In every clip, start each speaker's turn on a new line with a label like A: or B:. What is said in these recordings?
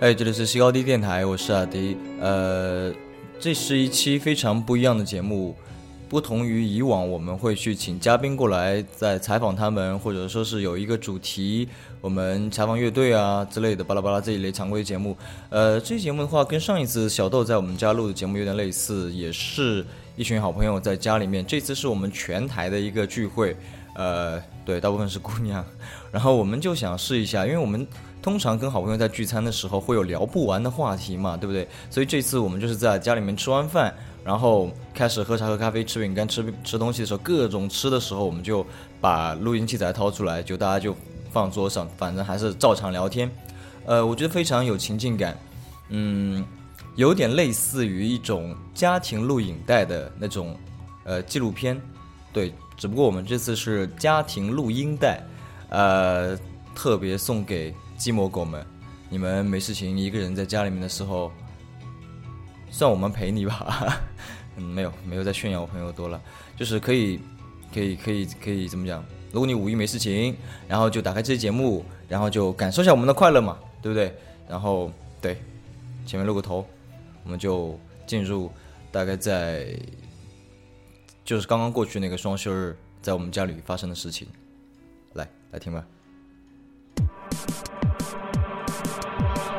A: 哎，这里是西高地电台，我是阿迪。呃，这是一期非常不一样的节目，不同于以往，我们会去请嘉宾过来，再采访他们，或者说是有一个主题，我们采访乐队啊之类的，巴拉巴拉这一类常规节目。呃，这期节目的话，跟上一次小豆在我们家录的节目有点类似，也是一群好朋友在家里面。这次是我们全台的一个聚会，呃，对，大部分是姑娘。 然后我们就想试一下，因为我们通常跟好朋友在聚餐的时候会有聊不完的话题嘛，对不对？所以这次我们就是在家里面吃完饭，然后开始喝茶、喝咖啡、吃饼干、吃吃东西的时候，各种吃的时候，我们就把录音器材掏出来，就大家就放桌上，反正还是照常聊天。呃，我觉得非常有情境感，嗯，有点类似于一种家庭录影带的那种呃纪录片，对，只不过我们这次是家庭录音带，呃，特别送给鸡魔狗们，你们没事情一个人在家里面的时候，算我们陪你吧， 嗯，没有没有在炫耀我朋友多了，就是可以可以可以可以怎么讲？如果你五一没事情，然后就打开这期节目，然后就感受一下我们的快乐嘛，对不对？然后对，前面露个头，我们就进入大概在就是刚刚过去那个双休日，在我们家里发生的事情，来来听吧。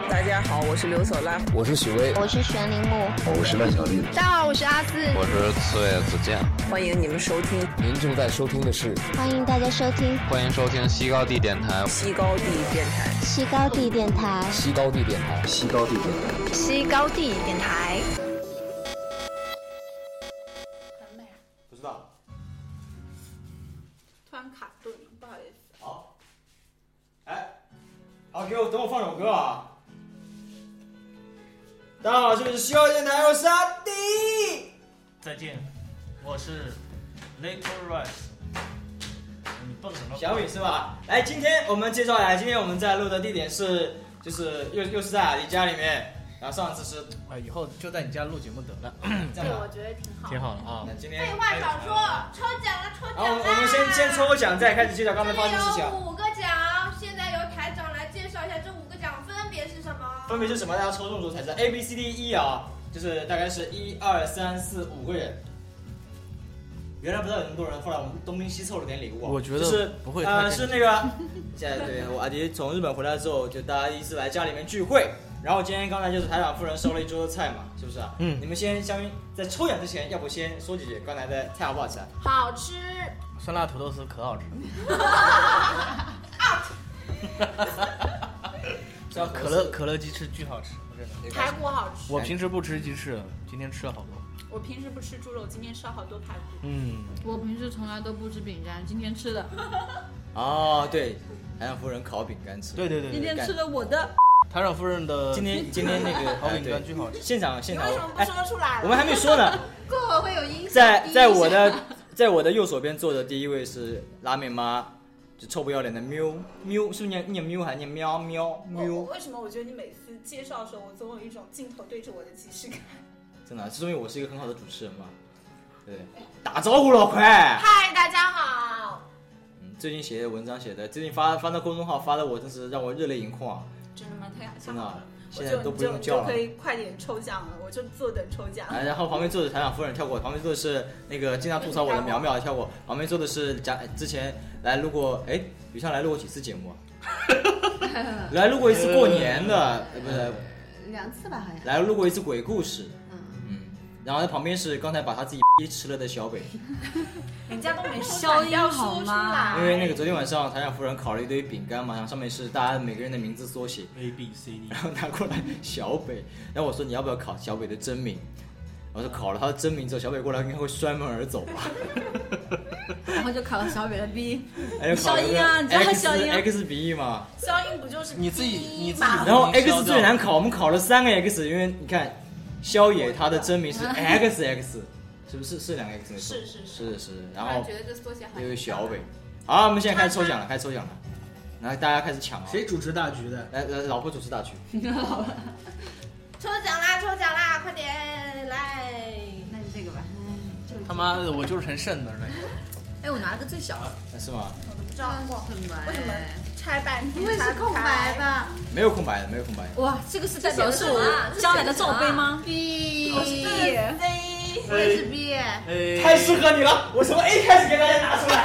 B: 大家好，我是刘索拉。
C: 我是许巍，
D: 我是玄铃木，
C: 我是万小丽。
D: 大家好，我是阿四，
E: 我是刺猬子健，
B: 欢迎你们收听
C: 您正在收听的是
D: 欢迎大家收听
E: 欢迎收听西高地电台。
B: 西高地电台。
D: 西高地电台。
C: 西高地电台。西高地电台。
D: 西高地电台。
A: 不知道，
F: 突然卡顿了，不好意思。
A: 好，哎，好，给我等我放首歌啊。大家好，这里是西高电台，我是阿迪。
G: 再见，我是 Little Rice。你蹦什么？
A: 小雨是吧？来，今天我们介绍一下，今天我们在录的地点是，就是又又是在阿迪家里面，然后上次是
G: 啊，以后就在你家录节目得了，
A: 这样吧
F: 觉得挺好
G: 挺。好的啊
A: 那。今天
F: 废话少说，抽奖了，抽
A: 然后我
F: 奖了！
A: 们我们先先抽奖，再开始介绍刚才发生的事情
F: 这里
A: 啊。
F: 有五个奖，现在由台长来介绍一下这五个奖分别是什么。
A: 分别是什么？大家抽中之后才知道。A B C D E 啊，就是大概是一二三四五个人。原来不知道有那么多人，后来我们东拼西凑了点礼物啊。
G: 我觉得
A: 就是
G: 不会太
A: 呃，
G: 尴尬
A: 是那 个，现在对我阿迪从日本回来之后，就大家依次来家里面聚会。然后今天刚才就是台长夫人烧了一桌的菜嘛，是不是啊？
G: 嗯
A: 你们先相应在抽奖之前，要不先说几句刚才的菜好不好 吃啊？
F: 好吃，
G: 酸辣土豆丝可好吃，
A: 像
G: 可乐可乐鸡翅巨好吃，真的。
F: 排骨好吃。
G: 我平时不吃鸡翅，今天吃了好多。
H: 我平时不吃猪肉，今天烧好多排骨。
G: 嗯，
I: 我平时从来都不吃饼干，今天吃的，
A: 哦，对，台长夫人烤饼干吃。
G: 对对对
I: 今
G: 对，
I: 天吃了我的。
G: 台长夫人的
A: 今 天今天那个
G: 烤饼
A: 嗯哎
G: 干
A: 对
G: 巨好吃。
A: 现场现
F: 你
A: 场
F: 为什么，不
A: 哎，
F: 说出来？
A: 我们还没说 呢。
F: 过会儿会有音响
A: 在
F: 逼一下
A: 在我的 在我的右手边坐的第一位是拉面妈，就臭不要脸的喵喵，是不是念念喵还是念喵喵
H: 我
A: 喵？
H: 为什么我觉得你每次介绍的时候，我总有一种镜头对着我的即视感？
A: 真的，是因为我是一个很好的主持人嘛。对，打招呼了
H: 哎
A: 快！
F: 嗨，大家好，
A: 嗯，最近写的文章写的，最近发发到公众号发的，我真是让我热泪盈眶啊，
H: 真的吗？太太
A: 真的
H: 好
A: 啊
H: 了，，我
A: 现在
H: 就
A: 都
H: 你
A: 不
H: 就
A: 用
H: 你
A: 叫
H: 就
A: 了
H: 可。以快点抽奖了，我就坐等抽奖。
A: 哎，然后旁边坐着台长夫人跳过，旁边坐的是那个经常吐槽我的苗苗跳过，旁边坐的是贾之前来录过，哎，雨上来录过几次节目啊？来录过一次过年的，呃，不是，
I: 两次吧，好像。
A: 来录过一次鬼故事，
I: 嗯，
A: 嗯，然后在旁边是刚才把他自己吃了的小北，
H: 人家都没
I: 消
H: 说，
I: 音
H: 你要
I: 好
H: 说出
I: 吗
H: 来。
A: 因为那个昨天晚上台长夫人烤了一堆饼干嘛，然后上面是大家每个人的名字缩写，
G: A B C D，
A: 然后拿过来小北，然后我说你要不要考小北的真名？我说考了他的真名之后，小北过来应该会摔门而走吧。
I: 然后就考了小北 的 B，
A: 哎考了一个
I: 小英啊你知道他
A: X-
I: 小英
A: X 鼻翼嘛，
H: 消音不就是
G: 你自己你自己
H: 吗，
A: 然后
G: 已经消
A: X
G: 掉
A: 最难考，我们考了三个 X，因为你看肖野他的真名 是 XX，是不是是两个 X 没错？
H: 是是
A: 是是，然后
F: 突然觉得这缩写好
A: 因为小北。好，我们现在开始抽奖了，开始抽奖了，然后大家开始抢啊！
G: 主持大局的？
A: 来来，老婆主持大局，
F: 抽奖啦，抽奖啦，快点来！
I: 那就这个吧。
G: 他妈的，我就是很慎的那个。
I: 哎，我拿了个最小的，
A: 是吗？
H: 啊
I: 不知道为什么。为什么？
F: 拆半天，
I: 因为是空白？吧？
A: 没有空白的，没有空白的。
I: 哇，这个是代表是
F: 这写的什么啊
I: 我将来的罩杯吗？B，我也是 B，
G: 太适合你了，我从 A 开始给大家拿出 来。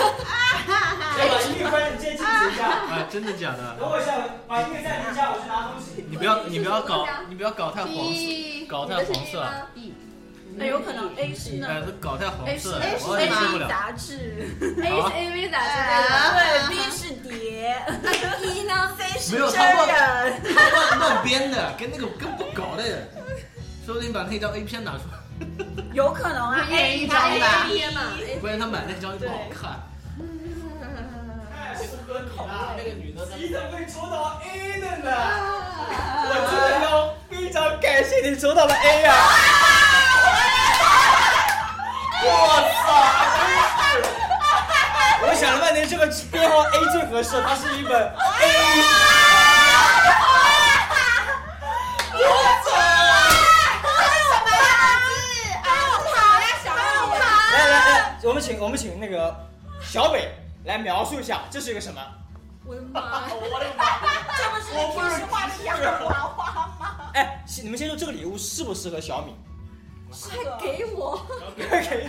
G: 来，把音乐关，你先静止一下。
J: 啊，真的假的？
G: 等我一下，把音乐暂停一下，我去拿东西。
J: 你不要，你不要搞，哎你不要搞太黄色，搞太黄色了，
H: 那有可能 A 是
J: 哎
H: 那，种。
J: 搞太黄
H: A 是
J: 色了，
H: A
J: 我也
H: 是
J: 受不
H: A
J: 了。
H: 杂志
F: 哎
J: 好啊
I: ，A V 咋
H: 对，B 是碟，那 E 呢？C 是
J: 没有
H: 真
J: 他
H: 人，
J: 乱乱编的，跟那个跟不搞的，说不定把那张 A 片拿出来，
H: 有可能啊
I: 一人
H: ，A
I: 一张吧
H: A 片嘛
J: 关键他买那张就不好看。
G: 太适合你了，那个啊女的，你怎么会抽到 A 的呢？我真的要非常感谢你抽到了 A 啊呀、我操！我想了半天，这个编号 A 最合适，它是一本 A。来来来，我们请我们请那个小北来描述一下这是一个什么？
I: 我的妈！
H: 这不是平时画的洋娃娃吗？
G: 哎，先你们先说这个礼物适不适合小米？
I: 快给我！
G: 给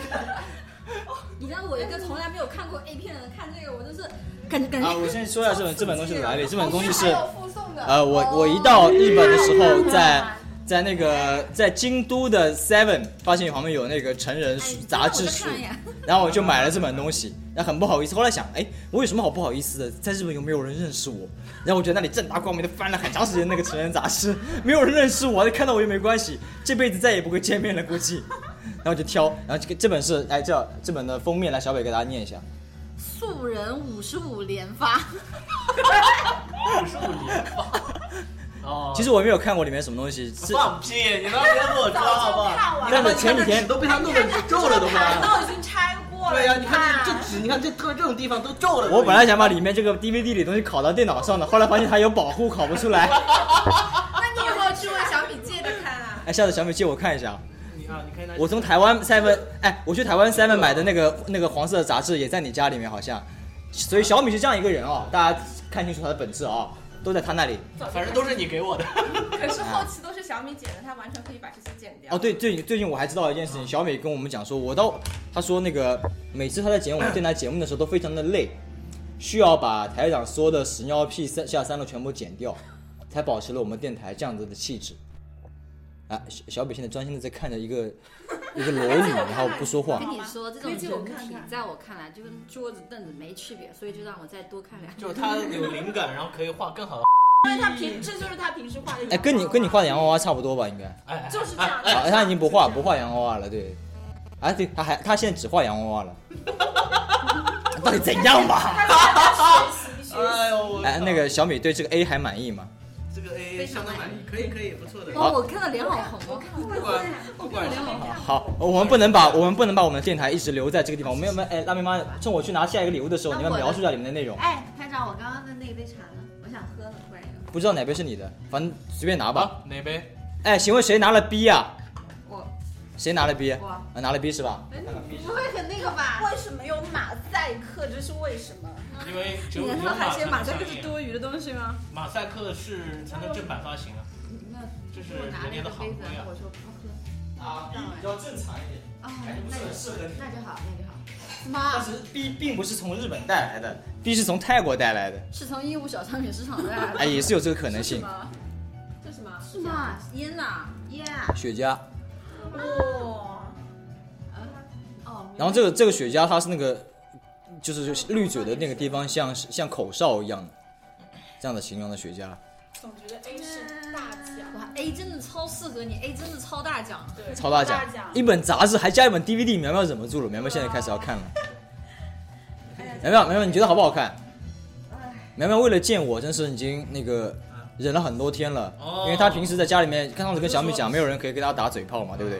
I: 你知道我一个从来没有看过 A 片的人看这个，我就是感觉感觉
A: 啊，我先说一下这本这本东西的来历。这本东西
I: 哦
A: 是，
F: 附送的
A: 呃，我我一到日本的时候，在在那个在京都的 Seven 发现旁边有那个成人书杂志书
I: 哎你知道我在看呀，
A: 然后我就买了这本东西。那很不好意思，后来想，哎，我有什么好不好意思的？在日本有没有人认识我？然后我觉得那里正大光明的翻了很长时间那个成人杂志， 没有人认识我，看到我又没关系，这辈子再也不会见面了，估计。然后就挑，然后这个这本是，哎，这这本的封面来，小北给大家念一下。
I: 素人五十五连发，
J: 五十五年吧。哦，
A: 其实我也没有看过里面什么东西，是
J: 放屁！你他妈别给我抓好不好？
A: 但是前几天
J: 都被他弄得皱了都
H: 盘都已经拆过了，
J: 对啊呀、你看这这纸，你看这特这种地方都皱 了。
A: 我本来想把里面这个 DVD 里东西拷到电脑上的，后来发现它有保护，拷不出来。
F: 那你以后去问小米借着看啊。
A: 哎，下次小米借我看一下。
J: 你啊，你看那
A: 我从台湾 seven，哎，我去台湾 seven 买的那个那个黄色的杂志也在你家里面好像，所以小米是这样一个人哦，大家看清楚他的本质哦，都在他那里。
J: 反正都是你给我的。
F: 可是后期都是小米剪的，他完全可以把这些剪掉。
A: 哦，对，最近最近我还知道一件
I: 嗯
A: 事情，小美跟我们讲说，我到她说那个每次她在 剪我们电台节目的时候都非常的累，需要把台长说的屎尿屁三下三路全部剪掉，才保持了我们电台这样子的气质。啊，小小北现在专心的在看着一个一个裸女，然后不说
I: 我
A: 话
I: 跟。你说，这种
F: 借我
I: 整
F: 看看
I: 体在我看来就跟桌子凳子没区别，所以就让我再多看两
F: 嗯
J: 就是他有灵感，然后可以画更好的。
H: 因为他平这就是他平时画的洋娃娃。
A: 哎，跟你跟你画的洋娃娃差不多吧，应该。
J: 哎，
H: 就是这样。
A: 啊，他已经不画不画洋娃娃了，对。啊，对，他还他现在只画洋娃娃了。 到底怎样吧？
J: 哎呦，我
A: 哎，那个小米对这个 A 还满意吗？
J: 这个 A 相当满意，可以可以，不错的。
I: 哦，我看到脸好红哦。
J: 不管不管是好，
A: 好，我们不能把我们不能把我们的电台一直留在这个地方。我们要不然哎，辣妹妈，趁我去拿下一个礼物的时候，你们描述一下里面的内容。
I: 哎，台长，我刚刚的那杯茶呢？我想喝了，突然有。
A: 不知道哪杯是你的，反正随便拿吧。
J: 好哪杯？
A: 哎，请问谁拿了 B 啊？
I: 我
A: 谁拿了 B？
I: 我哎
A: 啊，拿了 B 是吧？
I: 不会很那个吧？
H: 为什么有马赛克？这是为什么？
J: 因为只
I: 你
J: 有
I: 难道还嫌马赛克
J: 上
I: 是
J: 映
I: 多余的东西吗？
J: 马赛克是才能正版发行啊，
I: 那
J: 这是
I: 我
J: 人
I: 拿了
J: 家
I: 一
J: 的
I: 个
J: 行
I: 杯子
J: 规啊，。
I: 我说不喝。
G: 啊比较正常一点，
I: 哦，
G: 感觉不
I: 那
G: 是
I: 就
G: 很适合你。
I: 那就好，那就好。
A: 但
I: 妈，
A: 是 B 并不是从日本带来的，B 是从泰国带来的，
I: 是从义乌小商品市场带来的。
A: 哎，也是有这个可能性。
H: 这是什么？
I: 是吗？烟呐，Yeah。
A: 雪茄。
H: 哇！
I: 哦，
A: 然后这个这个雪茄它是那个，就是绿嘴的那个地方像是像口哨一样的，这样的形状的雪茄，
H: 总觉得 A 是大奖，
I: 哇，A 真的超适合你，A 真的超大 奖。
H: 对，
A: 超大奖
H: 奖。，
A: 一本杂志还加一本 DVD，苗苗忍不住了，苗苗现在开始要看了。苗苗苗苗，你觉得好不好看？苗苗为了见我，真是已经那个忍了很多天了，
J: 哦
A: 因为她平时在家里面，上次跟小米讲，没有人可以跟她打嘴炮嘛，对不对？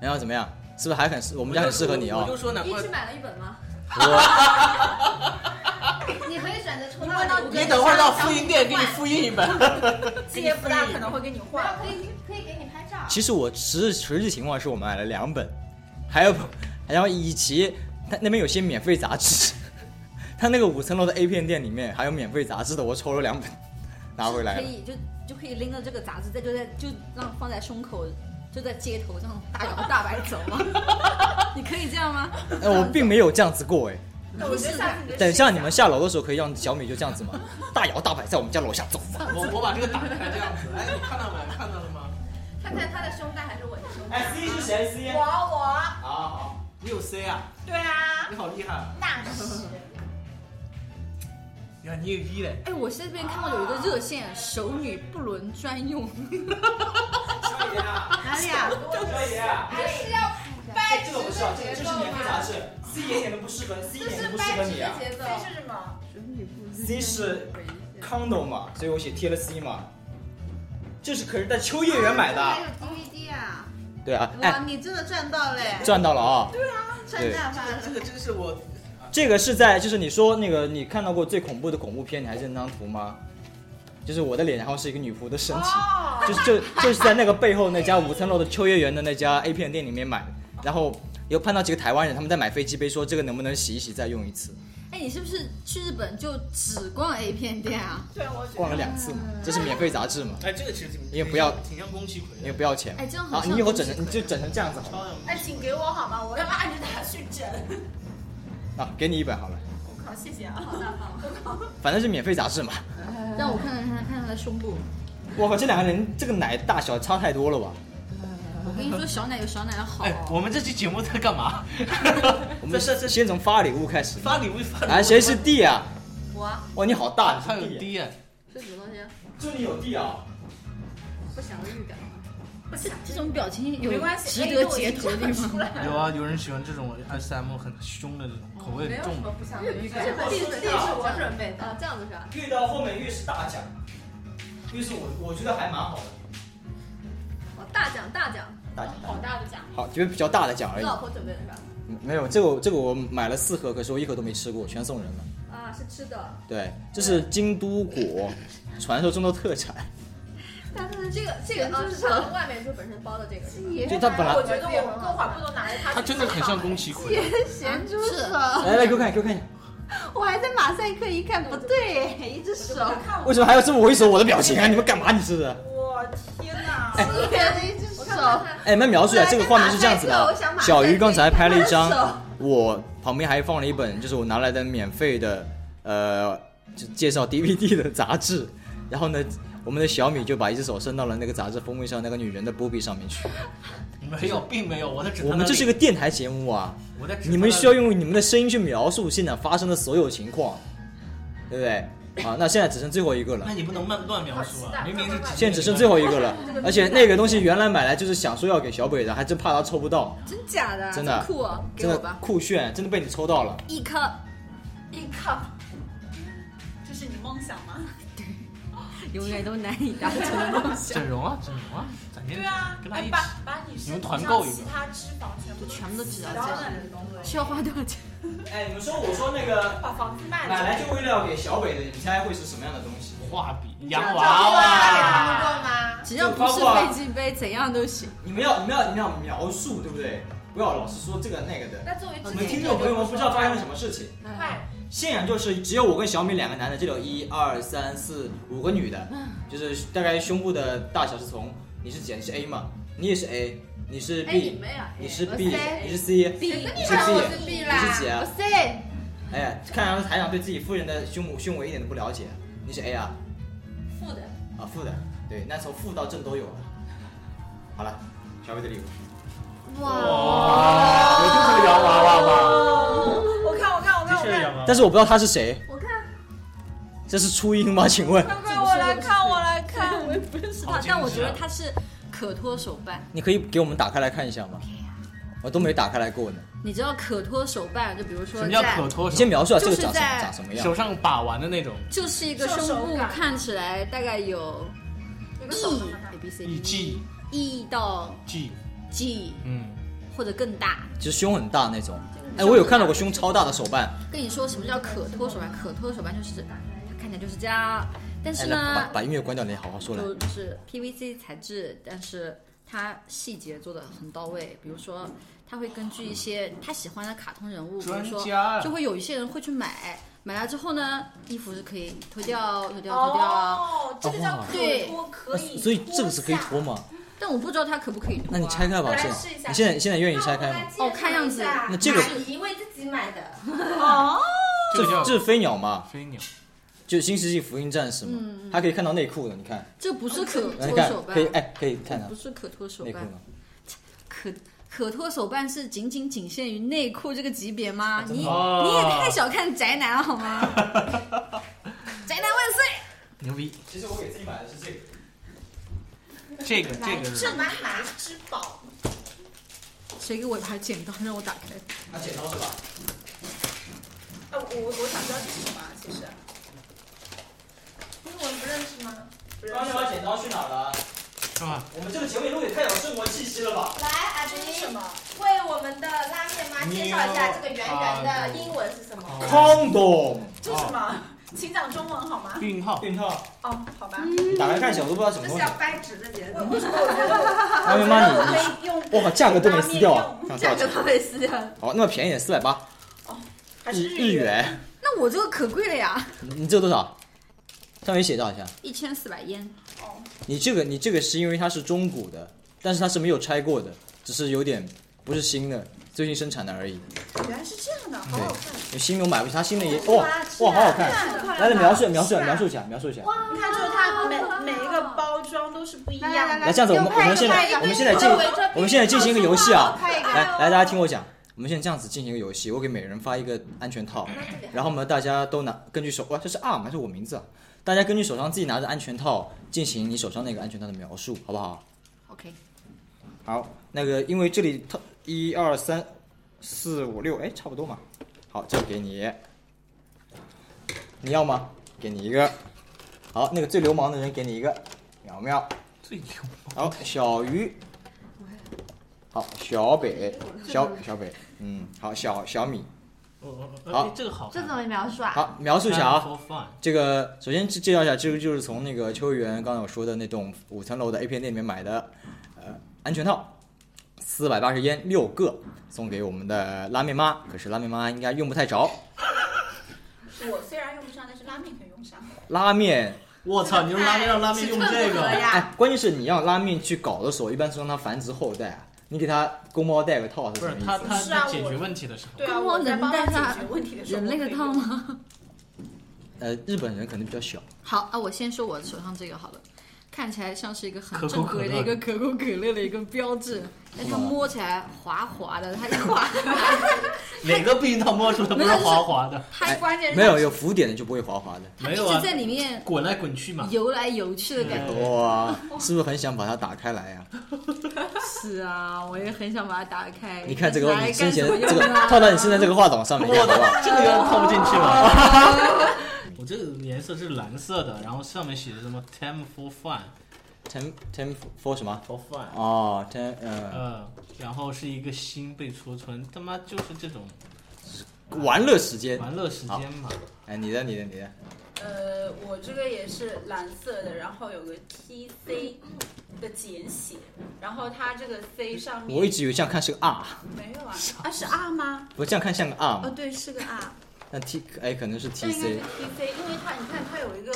A: 然后怎么样？是不是还很适？我
J: 我
A: 们家很适合你
J: 我
A: 哦
J: 就。说难怪。
I: 买了一本吗？
A: 我
D: 你可以选择抽
H: 问到
D: 到
H: 你
J: 你等会儿到复印店给你复印一本。
H: 姐不大可能会跟你换。
D: 可以可以给你拍照。
A: 其实我实实际情况是我买了 两本，还有，然后以及他那边有些免费杂志， 他那个五层楼的 A 片店里面还有免费杂志的，我抽了两本，拿回来
I: 可
A: 了。
I: 以就就可以拎着这个杂志，再就在就让放在胸口，就在街头这样大摇大摆走吗？你可以这样吗？
A: 哎，我并没有这样子过哎。
H: 那我觉得下次你就
A: 等一下你们下楼的时候，可以让小米就这样子吗？ 大摇大摆在我们家楼下走吗？
J: 我我把这个打开这样子，哎，你看到没？看到了吗？
F: 看看他的胸带还是我的胸带？
G: 哎，C 是谁？C
H: 我我
J: 好好好，你有 C 啊？
H: 对 啊，
J: 你好厉害啊！
H: 那是
J: 你看你有 E 嘞，
I: 哎，我这边看到有一个热线，熟女不伦专用，
G: 小姐啊，
I: 哪里啊？
G: 小姐啊，
F: 这是要
G: 哎
F: 掰
G: 这
F: 直
G: 个
F: 的
G: 不是啊，这个就
F: 节奏
G: 是免费杂
F: 吗？
G: 志，C 一点也不适合，C 一
F: 这
G: 点
F: 是
G: 也不适合
F: 掰直
G: 你
F: 的
G: 啊
F: 节奏。
H: 这是什么？
A: C 是 condom 嘛，所以我写贴了 C 嘛。这是可是在秋叶原买的
D: 还，有 DVD 啊！
A: 对啊，
D: 哇，
A: 哎，
D: 你真的赚到嘞！
A: 赚到了啊！
D: 赚大发了！
J: 这个真是我
A: 这个是在就是你说那个你看到过最恐怖的恐怖片，你还记得那张图吗？就是我的脸，然后是一个女仆的身体，就是就就是在那个背后那家五层楼的秋叶原的那家 A 片店里面买的，然后又碰到几个台湾人，他们在买飞机杯，说这个能不能洗一洗再用一次，
I: 哎，你是不是去日本就只逛 A 片店啊？
H: 对，我觉
A: 逛了两次嘛，这是免费杂志嘛，
J: 哎，这个其实挺
A: 也不要
J: 挺像宫崎葵
A: 因为不要钱。
I: 哎这样好
A: 啊，
I: 像
A: 你以后整
I: 东西
A: 成你就整成这样子好了
J: 超像
H: 得，哎，请给我好吗？我要按着它去整。
A: 啊，给你一本好了，
H: 我靠，谢谢啊！
A: 反正是免费杂志嘛。
I: 让我看看他看他的胸部。
A: 我靠，这两个人这个奶大小差太多了吧？
I: 我跟你说，小奶有小奶的好。
J: 哎，我们这期节目在干嘛？
A: 我们是先从发礼物开始。
J: 发礼物发礼物，
A: 哎，谁是 D 啊？
I: 我啊
A: 哇，你好大，
J: 他有
A: 你是 D 啊
J: D 啊？
I: 这是什么东西？
A: 就你有 D 啊？
I: 不祥的预感。这这种表情有
H: 没关系
I: 值得截图的地方吗？
J: 有啊，有人喜欢这种 SM 很凶的这种口味重的。
H: 不想预感，
I: 这
H: 这是我准备的。
I: 啊，这样子是吧？
A: 越到后面越是大奖，越是我我觉得还蛮好的。
I: 哦，大奖大奖，
A: 大奖，
H: 好大的奖，
A: 好，就是比较大的奖而
D: 哎
I: 你
A: 已。
I: 老婆准备的是吧？
A: 没有，这个我这个我买了四盒，可是我一盒都没吃过，全送人了。
I: 啊，是吃的。
A: 对，这是京都果，传说中的特产。
I: 但是这个这个啊，是它外面就本身包的这个是吧？
A: 就它本来
H: 我，觉得我们各话不能拿着它。
J: 它真的很像宫崎葵，
D: 咸猪手，
A: 来来给我看，给我看一下，
D: 我还在马赛克一看，不对，一只手，
H: 看
A: 为什么还要这么猥琐我的表情啊？你们干嘛？你是不是？
H: 我天哪！
D: 我看了一只手，
A: 哎，们描述一下这个画面是这样子
D: 我
A: 的啊
D: 想。马赛克
A: 小鱼刚才拍了一
D: 我想马赛
A: 张，我旁边还放了一本，就是我拿来的免费的，呃，就介绍 DVD 的杂志。然后呢，我们的小米就把一只手伸到了那个杂志封面上那个女人的波比上面去。
J: 没有，并没有，我的只
A: 我们这是个电台节目啊，
J: 我在指
A: 你
J: 他
A: 们
J: 的
A: 需要用你们的声音去描述现场发生的所有情况，对不对？好，那现在只剩最后一个了
J: 那。你不能乱乱描述啊！明明是
A: 现在只剩最
J: 后，
A: 后一个了，而且那个东西原来买来就是想说要给小北的，还真怕他抽不到，
I: 真假的？
A: 真的
I: 酷哦，给
A: 真
I: 我
A: 的
I: 吧，
A: 酷炫，真的被你抽到了。
I: 一颗。
H: 一 cup，这是你梦想吗？
I: 永远都难以达成的梦想。
J: 整容啊，整容啊，咱们
H: 对啊，
J: 跟 他
H: 哎
J: 一起
H: 把把你身
J: 你们
H: 体
J: 团
H: 上
J: 购一个
H: 其他脂肪全部
I: 全部都挤到
H: 挤
I: 这
H: 到
I: 儿
H: 那里的东西，
I: 需要花多少钱？
A: 哎，你们说我说那个
H: 把房子卖了，
A: 买来就为了要给小北的，你猜会是什么样的东西？
J: 画笔、洋
H: 娃
J: 娃
F: 啊
J: 娃，
H: 够
G: 啊
H: 吗？
I: 只要不是飞机杯，怎样都行。
A: 你们要你们要你们要描述，对不对？不要老是说这个那个的。
F: 那作为
A: 我
G: 啊
F: 之
A: 们
F: 前
A: 听众朋友们不知道发生了什么事情，
H: 快，
A: 现场就是只有我跟小米两个男的，这里有一二三四五个女的，就是大概胸部的大小是从你是姐你是 A 嘛，你也是 A，你是 B，你是 B，你是 C，
D: B
A: 你是 B，
F: 我是 B 啦
A: 你是姐啊。
D: C，
A: 哎呀，看来台长对自己夫人的胸部胸围一点都不了解。你是 A 啊？
F: 负的，
A: 啊，负的，对，那从负到正都有了。好了，小伟的礼物，
J: 我就是洋娃娃吧？
H: 我看我看我看我看，
J: 娃
A: 但是我不知道他是谁，
I: 我看
A: 这是初音吗？请问，
H: 快快我来看我来看，我
I: 不认识
J: 好
I: 他，
J: 精致啊
I: 但我觉得他是可脱手办。
A: 你可以给我们打开来看一下吗？我都没打开来过呢。
I: 你知道可脱手办，就比如说
J: 什么
I: 在，
J: 叫可脱
A: 你先
J: 手？
A: 描述一下这个
I: 就是
A: 长什
I: 在
A: 长什么
J: 手
A: 样？
J: 上把玩的那种，
I: 就是一个胸部看起来大概有 E A B C
J: 以 G
I: E 到
J: G，
I: G
J: 嗯，
I: 或者更大。
A: 就是胸很大那种。哎，我有看到过胸超大的手办，
I: 跟你说什么叫可脱手办？可脱手办就是它看起来就是这样，但
A: 哎，
I: 是
A: 来把
I: 呢，
A: 把音乐关掉，你好好说来。
I: 就是 PVC 材质，但是它细节做的很到位。比如说，他会根据一些他喜欢的卡通人物，比
J: 专
I: 如说
J: 家啊
I: 就会有一些人会去买，买了之后呢，衣服是可以脱掉、脱掉、啊脱掉，
H: 哦，这个叫可
I: 对
H: 脱
A: 啊
H: 可以脱下，
G: 啊所以这个是可以脱吗？
I: 但我不知道它可不可以脱啊。
G: 那你拆开吧，
F: 来
G: 现
F: 试一
G: 在
F: 下
G: 你现在现在愿意
F: 那
G: 拆
F: 我
G: 开
F: 来
G: 吗？
F: 介绍
I: 哦看样子
F: 一下
G: 那这个
F: 马姨为自己买的，
H: 哦，
A: 这
J: 叫
A: 这是飞鸟嘛，
J: 飞鸟，
A: 就新世纪福音战士嘛，还可以看到内裤的，你看，
I: 这不是可
A: 你
I: 脱
A: 看
I: 手，办
A: 可以，哎，可以看到
I: 不是可脱手
A: 内裤
I: 办，
A: 吗？
I: 可可脱手办是仅仅仅限于内裤这个级别吗？你
J: 哦
I: 你也太小看宅男了好吗？ 宅男万岁！
J: 牛逼！
A: 其实我给自己买的是这个，
J: 这个这个
H: 这满满是之宝，
I: 谁给我一把剪刀让我打开？
A: 拿啊剪刀是吧？
H: 哎，我我我想知道这是什么啊，其实
F: 英文不认识吗？
H: 不认识。
A: 剪刀去哪了？
J: 是吧？
A: 我们这个节目录也太有生活气息了吧？
F: 来，阿迪
H: 这是什么？
F: 为我们的拉面妈介绍一下这个圆圆的英文是什
H: 哦
F: 么？
A: Condom，
H: 这是什么？请讲中文好吗？
J: 孕号
A: 孕套，
H: 哦，好吧。
A: 打开看一下，我都不知道什么
F: 这
A: 东
F: 是
A: 西
F: 要。掰直的节奏。
H: 为什么我觉得
A: 阿妹妈，
H: 我
A: 你
H: 可以用
A: 哇，价格都没撕掉啊！看多少钱？
I: 都被撕掉了，
A: 好，那么便宜点，四百八
H: 还是
A: 日日
H: 元？
A: 元。
I: 那我这个可贵了呀，
A: 你你这个多少？上面写多少钱？
I: 一千四百烟。
A: 你这个你这个是因为它是中古的，但是它是没有拆过的，只是有点不是新的，最近生产的而已。
H: 原来是这样的，好
A: 对
H: 好看。，
A: 有新的我买不起，它新的也
F: 是
A: 哇
F: 啊是啊
A: 哇好好看。
H: 看哦
A: 来来描述描述描述一下描述一下。
H: 你看，就是它每每一个包装都是不一样的。
A: 来这样子，我们
F: 就
A: 我
F: 拍
A: 们
F: 一个
A: 现
F: 拍一
A: 在
F: 个
A: 我们现在进
F: 对围着
A: 我们现在进行一个游戏啊，
F: 拍一个
A: 来来大家听我讲，我们现在这样子进行一个游戏，我给每人发一个安全套，然后我们大家都拿根据手哇这是 arm 还是我名字啊？大家根据手上自己拿着安全套进行你手上那个安全套的描述，好不好？
I: OK，
A: 好，那个因为这里套一二三四五六，哎，差不多嘛。好，这个给你，你要吗？给你一个。好，那个最流氓的人给你一个，苗苗。
J: 最牛，
A: 好，小鱼。好，小北，小小北，嗯，好，小小米。
J: 哦哦
A: 好
J: 哦，哎这个好看，
D: 这怎么描述啊？
A: 好，描述一下啊。
J: For fun
A: 这个首先介绍一下，这个就是从那个秋园刚才我说的那栋五层楼的 A 片店里面买的，呃，安全套，四百八十烟六个，送给我们的拉面妈。可是拉面妈应该用不太着，
H: 我虽然用不上，但是拉面可以用上。
A: 拉面，
J: 我操！你用拉面让拉面用这
F: 哎
J: 个，
F: 呀
A: 哎，关键是你让拉面去搞的时候，一般是让它繁殖后代啊，你给它公猫带个套是
J: 不
A: 什
J: 是
A: 么
J: 他
A: 意思？
J: 他
H: 是啊
J: 他解
H: 我
J: 决问题的时候，
H: 对啊，
I: 公猫
H: 我在
I: 能
H: 帮
I: 带
H: 他
I: 它
H: 解决问题的时候，
I: 人类的套
H: 我可以用？
I: 吗？
A: 呃，日本人可能比较小，
I: 好啊，我先说我手上这个好了，看起来像是一个很
J: 可口
I: 正
J: 可
I: 规的
J: 乐
I: 一个可口可乐的一个标志，但它摸起来滑滑的，它一滑，
J: 哪个避孕套摸出来不是滑滑的？
I: 它关键是
A: 哎没有有浮点的就不会滑滑的。
I: 它
J: 没
I: 一
J: 有啊
I: 直，在里面
J: 滚来滚去嘛。
I: 游来游去的感觉。
A: 哇，是不是很想把它打开来呀、
I: 是啊，我也很想把它打开。
A: 你看这个，
I: 拿来
A: 你
I: 干
A: 身前
I: 什
A: 的
I: 么
A: 这个
I: 用啊
A: 套到你现在这个话筒上面，好不好？
J: 这个要套不进去了。我这个颜色是蓝色的，然后上面写着什么 “time for fun”
A: ten ten for 什么？
J: for fun，
A: 哦，ten 呃，
J: 呃，然后是一个心被戳穿，他妈就是这种
A: 玩乐时间。
J: 玩乐时间嘛。
A: 哎，你的，你的，你的，
H: 呃，我这个也是蓝色的，然后有个 T C 的简写，然后它这个 C 上面
A: 我一直以为这样看是个 R，
H: 没有啊，啊是 R 吗？
A: 不这样看像个 R
H: 哦
F: 呃
A: 嘛？
H: 对，是个
F: 啊
H: R，
A: 那 T 哎可能是
H: 这应该是
A: TC。
H: T C，因为它你看它有一个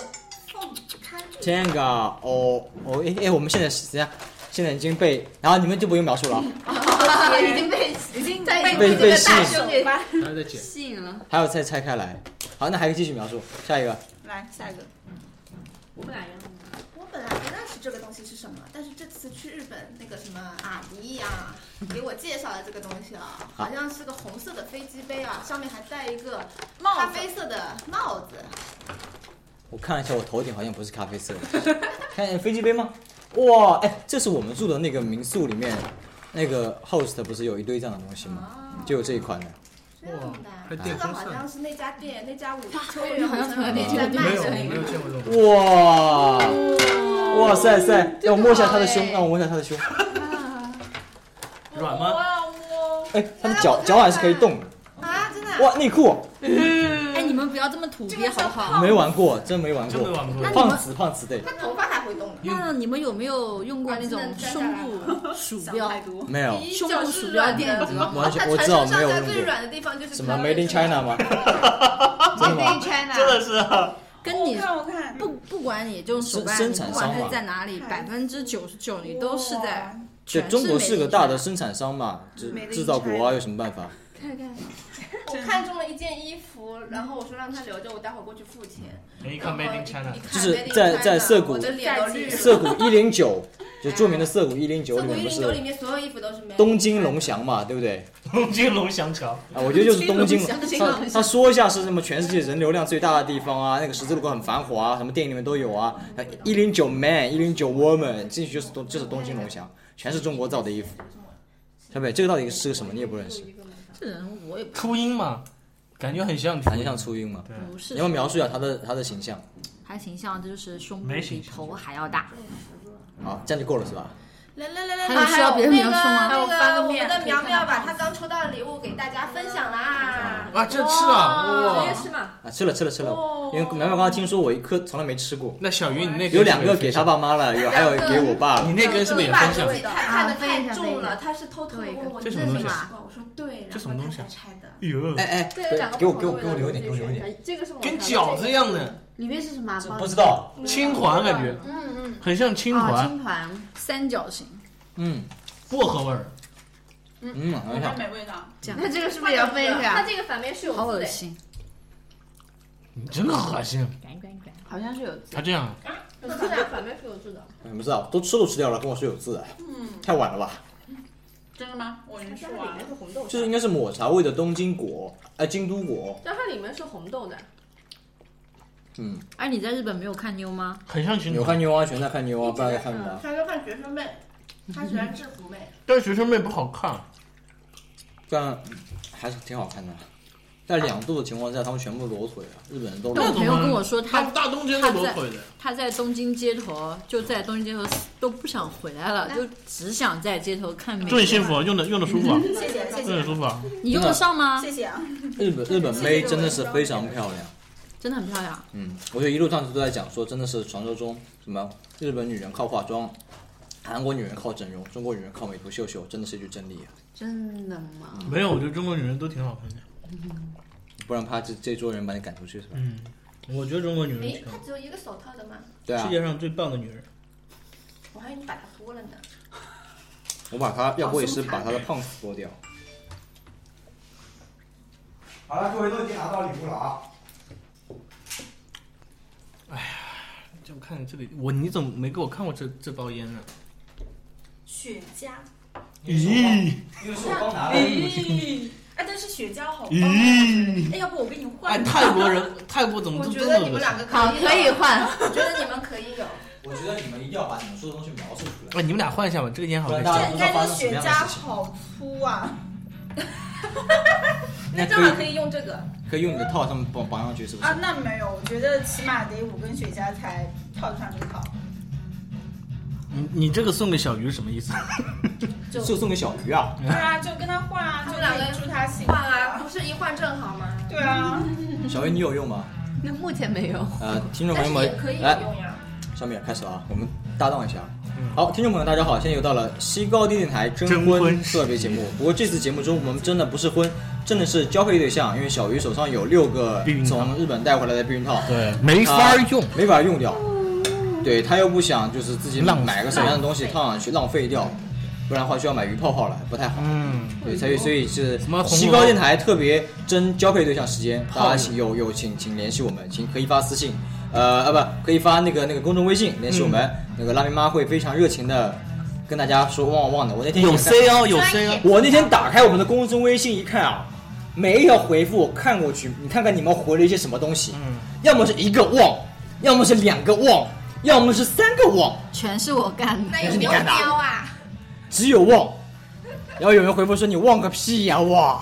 H: 缝开着
A: Tenga 哦哦哎哎，我们现在是怎样？现在已经被，然后你们就不用描述了啊。
D: 已 经被已经在
A: 被被吸引
D: 兄给
H: 吧。
J: 然后再 剪，
I: 吸引了，
A: 还要再拆开来。好，那还可以继续描述下一个。
H: 来下一个，
D: 我本来要用的
F: 我本来不认识这个东西是什么，但是这次去日本，那个什么阿迪呀，给我介绍了这个东西啊，好像是个红色的飞机杯啊，上面还戴一个咖啡色的帽子。
A: 我看了一下，我头顶好像不是咖啡色的。看飞机杯吗？哇，哎，这是我们住的那个民宿里面，那个 host 不是有一堆这样的东西吗？就有这一款的。
F: 这样的啊，
J: 还
F: 这
J: 电
F: 个
J: 风
F: 好
J: 扇
F: 像。是那家店，那家五秋园好像
I: 从来没
A: 见
F: 卖 的。
J: 有见过这种。
A: 哇，哇塞塞，让我摸一下他的胸，让我摸一下他的胸。
J: 软
H: 我
J: 吗？
H: 要摸，
A: 哎，他们脚脚踝是可以动的。
F: 哦啊，真的啊。
A: 哇，内裤，
I: 哎，你们不要这么土鳖好不好？
A: 没玩过，真没玩过，
J: 真没玩过那你
A: 胖
I: 们
A: 子胖子对，
F: 他头发还会动的，
I: 那你们有没有用过那种胸部鼠标？
A: 没有，
I: 胸部鼠标电 子吗？
A: 完
F: 他
A: 全我
F: 全
A: 知道
F: 身
A: 没有
F: 上下
A: 用
F: 最
A: 过。
F: 软的地方就是
A: 什么
F: 他
A: Made in China 吗？真的吗？
J: 真的是啊，
I: 跟你
B: 看我看，
I: 不不管你就用手
A: 生
I: 办，
A: 生
I: 你
A: 产
I: 不
A: 商
I: 管它
A: 嘛
I: 是在哪里，百分之九十九你都是在
A: 对，
I: 全
A: 中国是
I: 是
A: 个大
I: 美
A: 的
I: 女
A: 生产商嘛，制制造国啊，有什么办法？
F: 我看中了一件衣服，然后我说让他留着，我待会儿过去付钱。
J: 你一看 Made in China，
F: 一看
A: 就是
F: Made in
A: 在
F: China，
A: 在涩谷
F: 我的脸都绿了。
A: 涩谷一零九，就著名的涩谷一零九
F: 涩
A: 里
F: 谷
A: 面
F: 一
A: 不
F: 零九里
A: 是
F: 面所有衣服都是 Made in
A: 东京
F: China
A: 龙翔嘛，对不对？
J: 东京龙翔桥，
A: 啊，我觉得就是东京
I: 东京龙
A: 他
I: 翔
A: 他说一下是什么全世界人流量最大的地方啊，那个十字路口很繁华啊，什么电影里面都有啊。一零九 man，一零九 woman，进去就是东就是东京龙翔，全是中国造的衣服。小北，这个到底是个什么？你也不认识，
I: 这人我也不
J: 初音嘛，感觉很像，
A: 感觉像。初音嘛？
J: 对，
I: 不是
A: 你要不要描述一下他的他的形象？
I: 还形象，这就是胸部
J: 没
I: 比
J: 形象
I: 头还要大。
A: 好，这样就够了是吧？
F: 来来来来，
I: 还
F: 来
I: 有需要别的描述
F: 那个
I: 吗
H: 还有翻
F: 那
H: 个
F: 个我们
H: 面
F: 的苗苗把她刚抽到的礼物给大家分享啦。
J: 哇，啊这吃了
F: 哦
J: 哇！
A: 啊，吃了吃了吃了，因为苗苗刚刚听说我一颗从来没吃过，
J: 那小云你那个
A: 有两个给他，爸妈了，有还有给我爸
J: 你
A: 了。
J: 那根是不是也
F: 把
J: 分
F: 自
J: 享？
F: 己太
I: 啊
F: 看得太重了，他是偷偷的问我
J: 这
F: 你
J: 什么
F: 是
J: 东西啊
F: 吗？我说对，
J: 这什么东西啊
F: 然后他才拆的。
J: 哎呦，
A: 哎哎，对，给我给我给我留一点，给我留一点。
B: 这个是我
J: 跟饺子一样的
I: 里面是什么？啊
A: 不知道，
J: 青团感觉，
I: 嗯嗯，
J: 很像青
I: 啊，
J: 团，
I: 青团三角形。
A: 嗯
J: 薄荷味儿。
A: 嗯，好
H: 我
A: 像
H: 觉得没味道。
I: 那这个是不是也要分一
F: 它
I: 下？
F: 这个反面是有
I: 好
F: 字
I: 恶
F: 的，
I: 心，
J: 你真恶心，
I: 好像是有字
J: 他。这样
F: 有字的，反面是有字的。
A: 你哎们知道，都吃都吃掉了，跟我说有字，太晚了吧？
H: 嗯真的吗？我已经吃完了。
B: 是红豆
A: 这应该是抹茶味的东京果，哎，京都果，
B: 但它里面是红豆的，
A: 嗯，
I: 哎，你在日本没有看妞吗？
J: 很像青
A: 有
J: 团，
A: 看妞啊，全在看妞啊，不然在看什么？
F: 他说看学生妹，他喜欢制服妹。
J: 但是学生妹不好看。
A: 但还是挺好看的。在两度的情况下，他们全部裸腿了，日本人都裸
I: 但
J: 那
I: 我
A: 腿。
J: 种
I: 朋友跟我说他
J: 大大冬天都裸腿的，
I: 他在东京街头，就在东京街头都不想回来了，就只想在街头看美。
J: 祝你幸。福，用的用的 舒服啊，
H: 谢谢
F: 嗯
H: 谢
J: 用
H: 谢
J: 的舒服啊。
I: 你用得上吗？
H: 谢谢啊！
A: 日本日本妹真的是非常漂亮。
I: 真的很漂亮。
A: 嗯，我就一路上都在讲说，真的是传说中什么日本女人靠化妆，韩国女人靠整容，中国女人靠美图秀秀，真的是一句真理啊！
I: 真的吗？
J: 没有，我觉得中国女人都挺好看的。
A: 不然怕这这桌人把你赶出去是吧？
J: 嗯，我觉得中国女人
F: 诶
J: 挺，
F: 他
J: 好，
F: 只有一个手套的吗？
A: 对啊
J: 世，界上最棒的女人。
F: 我还以为你把它剥了呢。
A: 我把她，要不我也是把她的胖子剥掉。
K: 好了，各位都已经拿到礼物了啊！
J: 就看这里，我你怎么没给我看过这这包烟呢？啊
H: 雪茄，
J: 咦，
K: 因为是我帮拿的，
H: 咦，哎，但是雪茄好棒
J: 咦
H: 啊！哎，要不我跟你
J: 哎，
H: 换？
J: 泰国人，泰国怎么
F: 我
J: 就
F: 觉
J: 这
F: 得你
J: 么
F: 们
J: 恶
F: 两
J: 心？
F: 个
I: 好，
F: 可
I: 可以
F: 有，
I: 换。
F: 我觉得你们可 以有。
A: 我觉得你们一定要把你们说的东西描述出来，
J: 哎，你们俩换一下吧，这个烟好
A: 不然
J: 像
A: 大
J: 是
A: 家不知道发生什么样的事情。
H: 好粗啊！
A: 那
F: 正好
A: 可
F: 可
A: 以
F: 以用这个，
A: 可以用你的套上面绑绑上去，是不是
H: 啊，？那没有，我觉得起码得五根雪茄才套得上这个套。
J: 你你这个送给小鱼是什么意思？
A: 就送给小鱼啊，
H: 对啊，就跟他换啊，就
F: 两个
H: 可以祝他幸福
F: 换啊，。不是一换正好吗？
H: 对啊，
F: 嗯
A: 小鱼你有用吗？
I: 那目前没有。
A: 呃，听众
F: 但
A: 朋
F: 是
A: 友
F: 也
A: 们
F: 可以，有
A: 来，
F: 用呀。
A: 上面开始了啊，我们搭档一下。好，听众朋友，大家好，现在又到了西高地电台征
J: 嗯征
A: 婚
J: 婚
A: 特别节目。不过这次节目中，我们真的不是婚，真的是交配对象，因为小鱼手上有六个
J: 避孕套
A: 从日本带回来的避孕套，
J: 对，没
A: 啊没法用掉。对他又不想就是自己
J: 浪费
A: 买个什么样的东西套上去浪费掉，不然的话就要买鱼泡泡了，不太好。
J: 嗯，
A: 对，所以所以是
J: 什么红
A: 西
J: 楼
A: 高电台特别征交配对象时间，
J: 泡
A: 大家请有有请请联系我们，请可以发私信，呃啊不可以发那个那个公众微信联系我们，
J: 嗯
A: 那个拉面妈会非常热情的跟大家说旺旺旺的。我那天
J: 有
A: 也看
J: C 哦，有 C 哦。
A: 我那天打开我们的公众微信一看啊，每一条回复我看过去，你看看你们回了一些什么东西，
J: 嗯，
A: 要么是一个旺，要么是两个旺，要么是三个旺，
I: 全是我干的
F: 那。有没有标啊？
A: 只有旺。然后有人回复说你旺个屁呀、哇！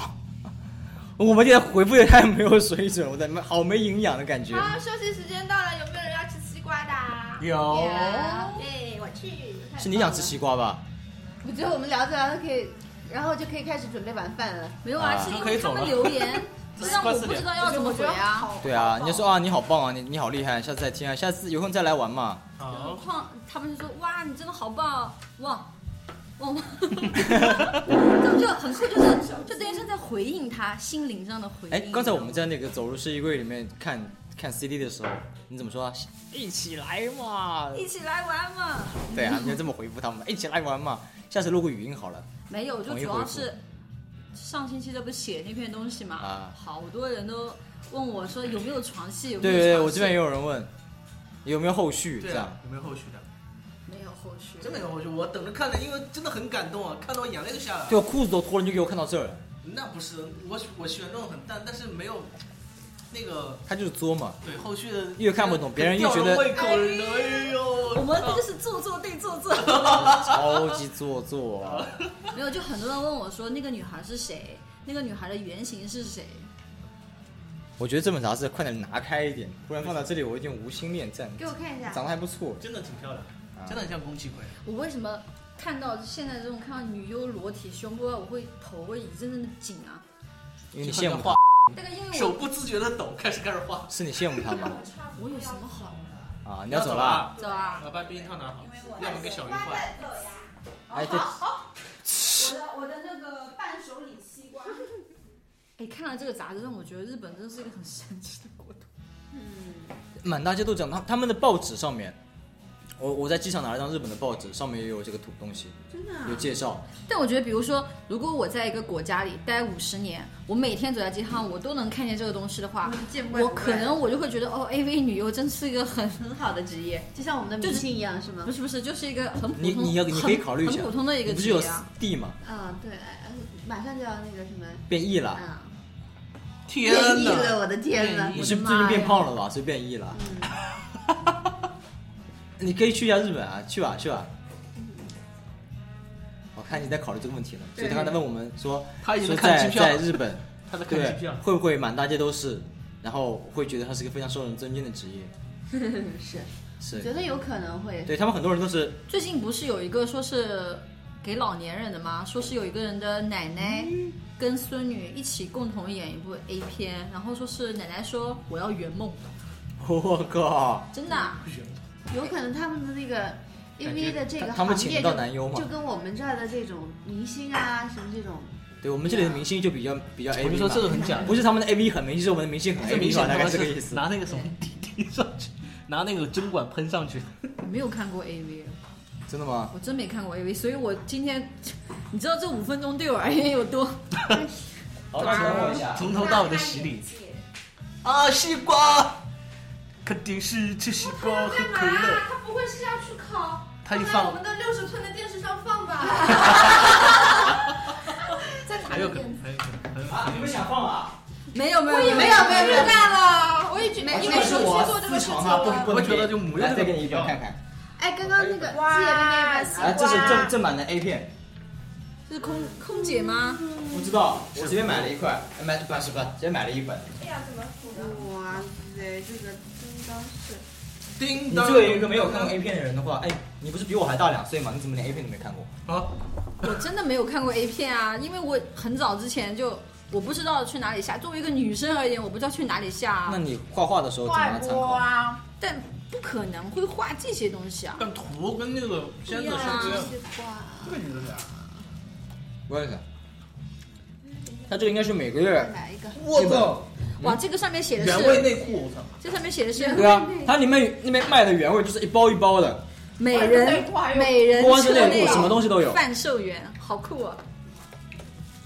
A: 我们这些回复也太没有水准，我的妈，好没营养的感觉。
F: 好，啊休息时间到了，有没有人要吃西瓜的啊？
J: 有
F: 耶，我去。
A: 是你想吃西瓜吧？
D: 我觉得我们聊着聊着可以，然后就可以开始准备晚饭了。
I: 没有啊，
A: 啊
I: 是因
J: 可以
I: 为
J: 走
I: 他
J: 了
I: 们留言，这让我不知道要怎么回啊。
A: 对啊，你就说啊，你好棒啊，你你好厉害，下次再听啊，下次有空再来玩嘛。
I: 何况他们就说哇，你真的好棒，啊哇，哇哇，这种就很酷，就是就等于是在回应他心灵上的回
A: 哎
I: 应。，
A: 刚才我们在那个走入试衣柜里面看看 CD 的时候，你怎么说啊？一起来嘛！
I: 一起来玩嘛。
A: 对啊，你就这么回复他们，一起来玩嘛。下次录个语音好了。
I: 没有，就
A: 统
I: 主
A: 一回
I: 要
A: 复
I: 是上星期这不写那篇东西嘛，
A: 啊
I: 好多人都问我说有没有床戏，有
A: 对
I: 没有
A: 对对，
I: 床
A: 我这边
I: 戏
A: 也有人问，有没有后续？
J: 对
A: 这样
J: 啊，有没有后续的？
I: 没有后续，
J: 真的有后续，我等着看的，因为真的很感动啊，看到眼泪都下来了。
A: 对，我裤子都脱了，你就给我看到这儿了，
J: 那不是我喜，我喜欢那种很淡，但是没有那个
A: 他就是作嘛。
J: 对后续的
A: 越看不懂，别人越觉
J: 吊人胃
A: 得
J: 口了。哎呦，
I: 我们这就是做作对做作。
A: 超级做作啊。
I: 没有，就很多人问我说那个女孩是谁，那个女孩的原型是谁？
A: 我觉得这本杂志快点拿开一点，不然放在这里我有点无心恋战。
I: 给我看一下
A: 长得还不错，
J: 真的挺漂亮，
A: 啊
J: 真的很像宫崎葵。
I: 我为什么看到现在这种看到女优裸体胸部啊，我会头会一阵阵的紧啊？
A: 因为你羡慕
J: 画
A: 他，
I: 那个因为我
J: 手不自觉的抖，开始开始画。
A: 是你羡慕他吗？
I: 我有什么好？
A: 啊，你
J: 你
A: 要走了啊？
I: 走啊！
J: 我把避孕套拿好，要不给小鱼换。
A: 哎，这
H: 我的我的那个伴手礼西瓜，
I: 哎，看了这个杂志让我觉得日本真是一个很神奇的国度。
A: 满大街都讲他他们的报纸上面，我我在机场拿了张日本的报纸，上面也有这个土东西，
I: 真的啊
A: 有介绍。
I: 但我觉得，比如说，如果我在一个国家里待五十年，我每天走在街上，我都能看见这个东西的话，我可能我就会觉得，哦，AV 女优真是一个很很好的职业，就像我们的明星一样，是吗？不是不是，就是一个很普通，
A: 你你要你可以考虑一下，
I: 很很普通的一个
A: 你不是
I: 职
A: 有
I: 业啊。
A: D 嘛，
D: 嗯，对，
F: 哎
D: 呃马上就要那个什么，
A: 变异
I: 啊
A: 了。
F: 啊
D: 嗯，
J: 天
D: 变异了，我的天呐！
A: 你
D: 我
A: 是
D: 的
A: 最
D: 妈
A: 近
D: 呀
A: 变胖了吧？所以变异了。
I: 嗯
A: 你可以去一下日本啊，去吧去吧。我看你在考虑这个问题了，所以他刚才问我们说，
J: 他已经
A: 说
J: 在看
A: 在
J: 机票
A: 在
J: 了
A: 日本，
J: 他在看
A: 对
J: 机票
A: 会不会满大街都是，然后会觉得他是一个非常受人尊敬的职 业？
D: 是，
A: 是，
D: 觉得有可能会。
A: 对他们很多人都是
I: 最近不是有一个说是给老年人的吗？说是有一个人的奶奶
D: 嗯
I: 跟孙女一起共同演一部 A 片，然后说是奶奶说我要圆梦，
A: 我靠，
I: 真的啊、
D: 有可能他们的那个 AV 的这个
A: 他他们
D: 行
A: 请
D: 业
A: 不到
D: 就
A: 男优嘛
D: 就跟我们这儿的这种明星啊什么这种，
A: 对我们这里的明星就比较比较 A
J: 我
A: V
J: 就说这个很假
A: 哎不是他们的 A V 很明星，是我们的明星很 A
J: 这
A: V
J: 明
A: 吧？
J: 显
A: 大
J: 他
A: 概
J: 们
A: 是
J: 是
A: 这个意思。
J: 拿那个什么 滴滴上去，拿那个针管喷上去。
I: 我没有看过 AV，
A: 真的吗？
I: 我真没看过 AV，所以我今天你知道这五分钟对我而言有多
A: 好，那请问我一下，
J: 从头到尾的洗礼。啊，西瓜，肯定是吃西瓜喝可乐。
F: 啊他不会是要去烤？
J: 他一放
F: 我们的六十寸的电视上 放吧。
J: 很有可能，很有可能，很有可
K: 啊，你们想放啊？
I: 没有没有
F: 我以为
I: 没有没有没有
F: 热干了，我已经
D: 没
F: 因
D: 没
F: 为
D: 事
F: 我去做这个事情啊了。
J: 能。我觉得就母
A: 来
J: 样
A: 再
J: 的
A: 给你一份看看。
D: 哎，刚刚那个借的
F: 哇
D: 那个
A: 啊，这是正正版的 A 片，
I: 这是空空姐吗？
A: 不知道，我随便买了一块，哎买不是不是，直接买了一本。
D: 哇塞，这个真的是
J: 叮
A: 你
J: 当。
A: 作为一个没有看过 A 片的人的话，哎，你不是比我还大两岁吗？你怎么连 A 片都没看过？
J: 啊，
I: 我真的没有看过 A 片啊，因为我很早之前就我不知道去哪里下。作为一个女生而言，我不知道去哪里下、
A: 那
I: 啊，
A: 你画画的时候怎么样参考？
F: 啊！
I: 但不可能会画这些东西啊。
J: 但图跟那个片子是不一样的。啊
A: 我也想。他这个应该是每个月
D: 买一个，
A: 嗯
J: 我操，
I: 哇，这个上面写的
J: 原味
I: 是，
J: 内裤，我操，
I: 这上面写的是
A: 对啊，它里面那边卖的原味就是一包一包的，
I: 美人
F: 哎
I: 美人
A: 不光是
I: 车
A: 内裤，什么东西都有。
I: 贩售员，好酷啊！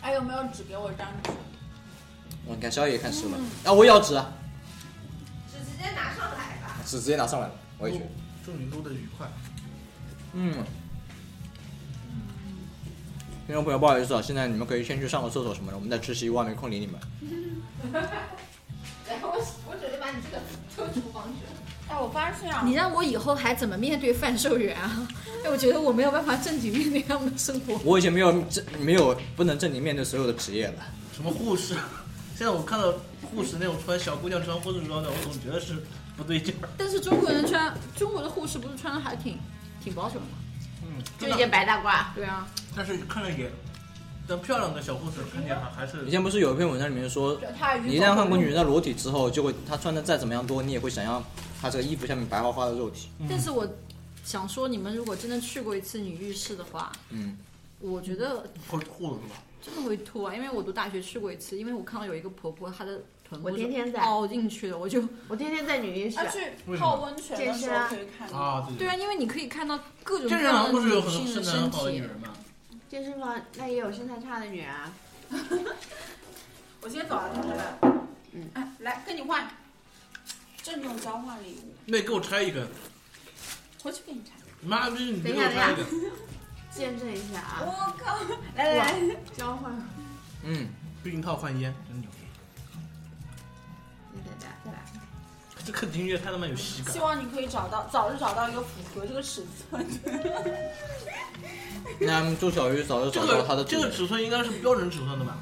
H: 哎，有没有纸给我一张纸？
A: 我哦你看宵夜也看书了，啊，我也要纸啊，
F: 只直接拿上来吧。
A: 纸直接拿上来了，我也觉得，
J: 祝你录的愉快。
A: 嗯。听众朋友，不好意思啊，现在你们可以先去上个厕所什么的，我们在吃西瓜，没空理你们。
F: 然后我我准备把你这个丢厨房去。
H: 哎，我发现啊
I: 你让我以后还怎么面对贩售员啊？ 哎，我觉得我没有办法正经面对他们的生活。
A: 我已经没有正没有不能正经面对所有的职业了。
J: 什么护士？现在我看到护士那种穿小姑娘穿护士装的，我总觉得是不对劲儿。
I: 但是中国人穿中国的护士不是穿的还挺挺保守的吗？
J: 嗯，
D: 白大褂。
I: 对啊，
J: 但是看着也但漂亮的小护士看起来还是
A: 以前不是有一篇文章里面说
J: 他与，
A: 你一旦看过女人的裸体之后，就会她穿的再怎么样多，你也会想要她这个衣服下面白花花的肉体。
I: 但是我想说，你们如果真的去过一次女浴室的话，
A: 嗯，
I: 我觉得
J: 会吐了是吧？
I: 真的会吐啊！因为我读大学去过一次，因为我看到有一个婆婆，她的臀部
H: 我天天在
I: 凹进去的，我就
H: 我天天在女浴室
I: 她
J: 为什么泡
F: 温泉
H: 健身啊，
F: 看
J: 啊，对
I: 对啊，因为你可以看到各种
J: 健
I: 各
J: 身
I: 样
J: 房
I: 的
J: 不是有
I: 女
J: 很
I: 性
J: 身
I: 的
J: 材很
I: 身
J: 好的女
I: 体。
J: 人吗？
H: 健身房那也有身材差的女人啊。
F: 我先走了，同学们。嗯，哎，来跟你换，郑重交换礼物，
J: 那给我拆一根，
F: 回去给你拆。
J: 妈逼，你
H: 等
J: 给
H: 一
J: 我
H: 下，等
J: 拆一
H: 一
J: 根
H: 下。，见证一下啊！
F: 我靠，来来来，
H: 交换。
J: 嗯，避孕套换烟，真牛逼！
H: 对对对，再来。
J: 这肯定乐太他妈有喜感
F: 希。望你可以找到，早日找到一个符合这个尺寸的。
A: 那祝小鱼早日
J: 这
A: 找到她
J: 个
A: 的
J: 这个尺寸应该是标准尺寸的吧？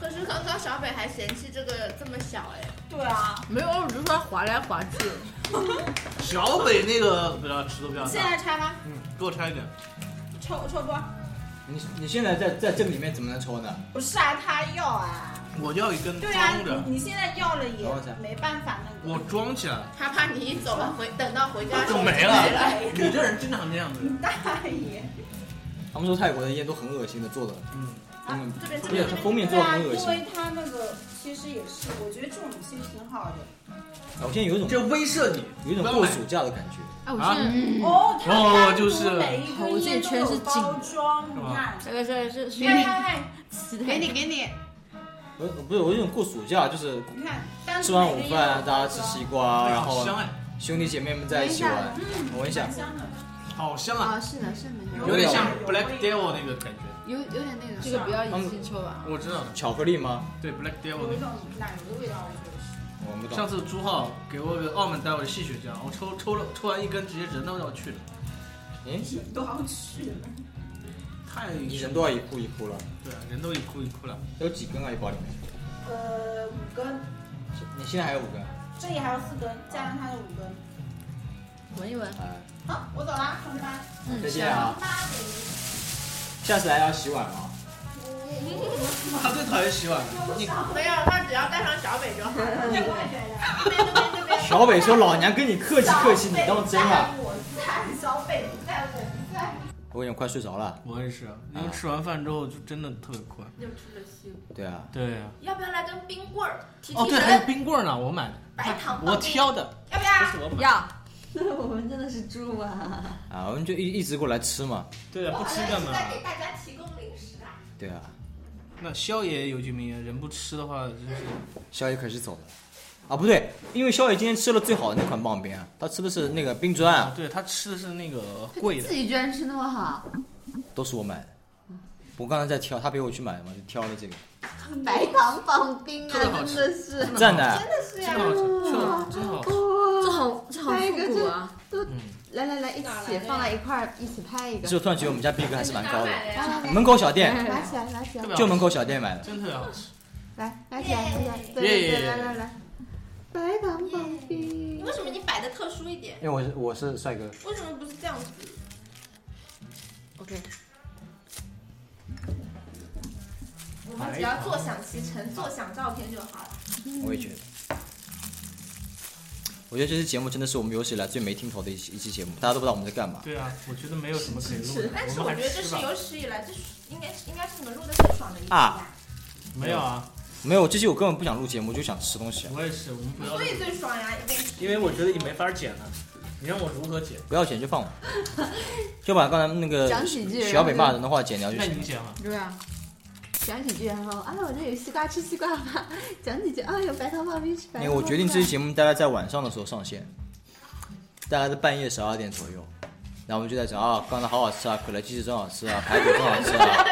L: 可是刚刚小北还嫌弃这个这么小哎。
F: 对啊，
I: 没有，我只是说滑来滑去。
J: 小北那个比较尺寸比较
F: 现在
J: 大，
F: 拆吗？
J: 给我拆一根。
F: 抽抽不？
A: 你你现在在在这里面怎么能抽呢？
F: 不是啊，他要啊。
J: 我要一根
F: 对啊
J: 装着，，
F: 你现在要了也
J: 等我一下
F: 没办法那
J: 我装 起来
L: 他怕你一走了回，等到回家
J: 就没
F: 啊
J: 了。你这人经常这样子。
F: 个。大爷，
A: 他们说泰国的烟都很恶心的做的，
J: 嗯，
A: 嗯
F: 啊这边这，
A: 对
F: 边，这边
A: 封面做
F: 对
A: 的
F: 啊，
A: 很恶
F: 因
A: 心。
F: 为他那个其实也是，我觉得这种其实挺好的。
A: 我现在有一种
J: 就威慑你，
A: 有一种过暑假的感觉。
I: 哎，我
A: 啊
I: 现在
F: 哦，他单独
A: 就是
F: 每一
I: 我
F: 根
I: 这一
F: 烟都
I: 圈是
F: 有
I: 紧
F: 包
I: 的
F: 装，
A: 是
F: 你
A: 吗
F: 看，哎
I: 这个这是
F: 你看看看，
H: 给你给你，
A: 我不是我有一种过暑假，就是
F: 你看，单独
A: 吃完
F: 每
A: 午
F: 个烟
A: 饭
F: 都有
A: 大家
F: 包
A: 吃
F: 装
A: 西瓜，
J: 哎呀
A: 然后
J: 好香哎
A: 兄弟姐妹们在一起玩
F: 闻一下嗯，
A: 闻一下
F: 蛮，香的
J: 好香啊！
H: 是的，是的，
J: 有点像 Black Devil 那个感觉。
H: 有有点那个。
I: 这个不要一气抽吧。
J: 我知道，
A: 巧克力吗？
J: 对 Black Devil
F: 有一
J: 那
F: 种
J: 个。
F: 奶油的味道，我觉得是。
A: 我不懂。
J: 上次朱浩给我个澳门带我的戏雪茄，我抽抽了抽完一根，直接人都要去了，
A: 嗯，
F: 都要去了。
J: 太
A: 人都要一哭一哭了，
J: 对啊，人都一哭一哭了。
A: 有几根啊一包里面？
F: 呃，五根，
A: 你现在还有五根？
F: 这里还有四根，加上他的五根。
I: 闻一闻。
F: 好，我走
L: 啊
F: 啦，上班。
A: 哎再见啊！下次来要洗碗啊！
J: 他最讨厌洗碗了。
A: 你
L: 没有，他只要带上小北就好了。
A: 小北说：“老娘跟你客气客气，你当真啊
F: 我在，小北不在，我不在。？”
A: 我有点快睡着了。
J: 我也是，啊因为吃完饭之后就真的特别困。
L: 又吃了西瓜。
A: 对啊，
J: 对啊。
L: 要不要来根冰棍儿？提
J: 哦，
L: 提
J: 对，还
L: 神
J: 有。冰棍儿呢，我买的，
L: 白糖
J: 我挑的，
L: 要不
F: 啊
J: 不是我买。
I: 要。
H: 我们真的是猪啊！
A: 啊，我们就一一直过来吃嘛。
J: 对啊，不吃干嘛？
L: 大家提供零食啊！
A: 对啊，
J: 那萧爷有句名言，人不吃的话就是。
A: 宵夜开始走了。啊，不对，因为宵爷今天吃了最好的那款棒冰啊，他吃的是那个冰砖啊，
J: 对他吃的是那个贵的
H: 自，己居然吃那么好，
A: 都是我买的。我刚才在挑，他陪我去买的嘛，就挑了这个。
H: 白糖棒冰啊，
J: 特别好
H: 真
J: 吃
H: 的是
A: 赞的
H: 真的是呀
J: 真好吃，真好，真好吃。
I: 这好这好
H: 拍一个
I: 复古啊！
H: 都来来啊来，一起放在一块儿，一起拍一个。
A: 这突然觉得我们家逼格还是蛮高的。
H: 来来来
A: 门口小店
H: 拿起来，拿起来，
A: 就门口小店买的，
J: 真特别好吃。
H: 来，拿起来，拿起来，对
A: 耶
H: 对对，来来来，白糖棒冰。
L: 为什么你摆的特殊一点？
A: 因为我是我是帅哥。
L: 为什么不是这样子？
H: OK，
L: 我们只要坐享其成，坐享照片就好了。
A: 我也觉得。我觉得这期节目真的是我们有史以来最没听头的一期一期节目，大家都不知道我们在干嘛。
J: 对啊，我觉得没有什么可以录的，
L: 但是
J: 我
L: 我
J: 们
L: 觉
J: 还
L: 得
J: 吃
L: 这是
J: 吧。
L: 有史以来，这是应该是应该是你们录的最爽的一期吧
A: 啊？
J: 没有啊，
A: 没有，这期我根本不想录节目，我就想吃东西。啊
J: 我也是，我们不要
L: 所
J: 录，
L: 以最爽呀！一定
J: 因为我觉得也没法剪了。你让我如何剪？
A: 不要剪就放我， 就把刚才那个
H: 讲喜剧然后
A: 小北骂人的话剪掉就
J: 那
A: 行。
J: 你剪啊？
H: 对啊。讲几句，然后啊，我这有西瓜，吃西瓜吧。 讲几句，啊，有白糖棒冰，吃白
A: 因为
H: 糖棒冰。
A: 我决定这期节目大概在晚上的时候上线，大概在半夜十二点左右，然后我们就在讲啊，刚才好好吃啊，可乐鸡翅真好吃啊，排骨真好吃啊，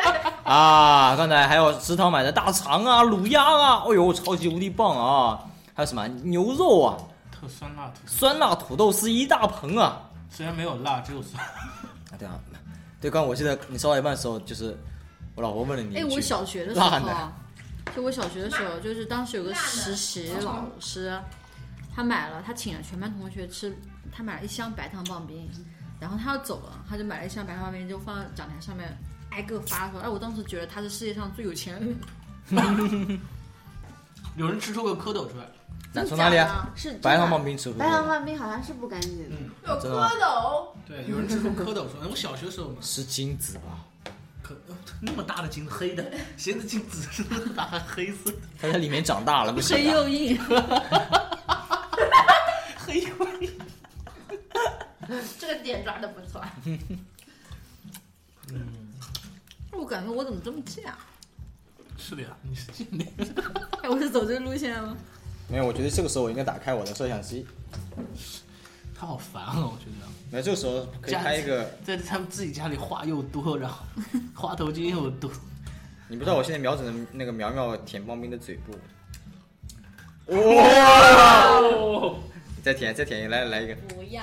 A: 啊，刚才还有食堂买的大肠啊、卤鸭啊，哎呦，超级无敌棒啊，还有什么牛肉啊，
J: 特酸辣土，
A: 酸辣土豆丝一大盆啊，
J: 虽然没有辣，只有酸。
A: 啊对啊，对，刚刚我记得你烧到一半的时候，就是我老婆问了你一句，
I: 哎，我小学的时候
A: 辣呢？
I: 啊，就我小学的时候，就是当时有个实习老师，他买了，他请了全班同学吃，他买了一箱白糖棒冰，然后他要走了，他就买了一箱白糖棒冰，就放在讲台上面挨个发出来。哎，我当时觉得他是世界上最有钱人。
J: 有人吃出个蝌蚪出来，
A: 哪从哪里啊？
D: 是
A: 白糖棒冰吃
D: 白糖棒冰好像是不干净的。
A: 有蝌蚪。
J: 对，有人吃出蝌蚪出 来。我小学时候嘛，
A: 是金子吧？
J: 可 那么大的金子，黑的，谁的金子 是那么大黑色的？
A: 他在里面长大了，不是？
I: 黑又硬。
J: 黑又硬。
F: 这个点抓的不错。
I: 嗯我感觉我怎么这么贱啊？
J: 是的呀，你是近的。
I: 哎，我是走这个路线吗？
A: 没有，我觉得这个时候我应该打开我的摄像机。
J: 他好烦啊，我觉得。
A: 那这个时候可以
J: 家
A: 开一个，
J: 在他们自己家里话又多，然 后花头巾又多，
A: 你不知道我现在瞄准的那个苗苗舔棒冰的嘴部。
J: 哇！
A: 再舔，再舔，来来一个，
I: 不要。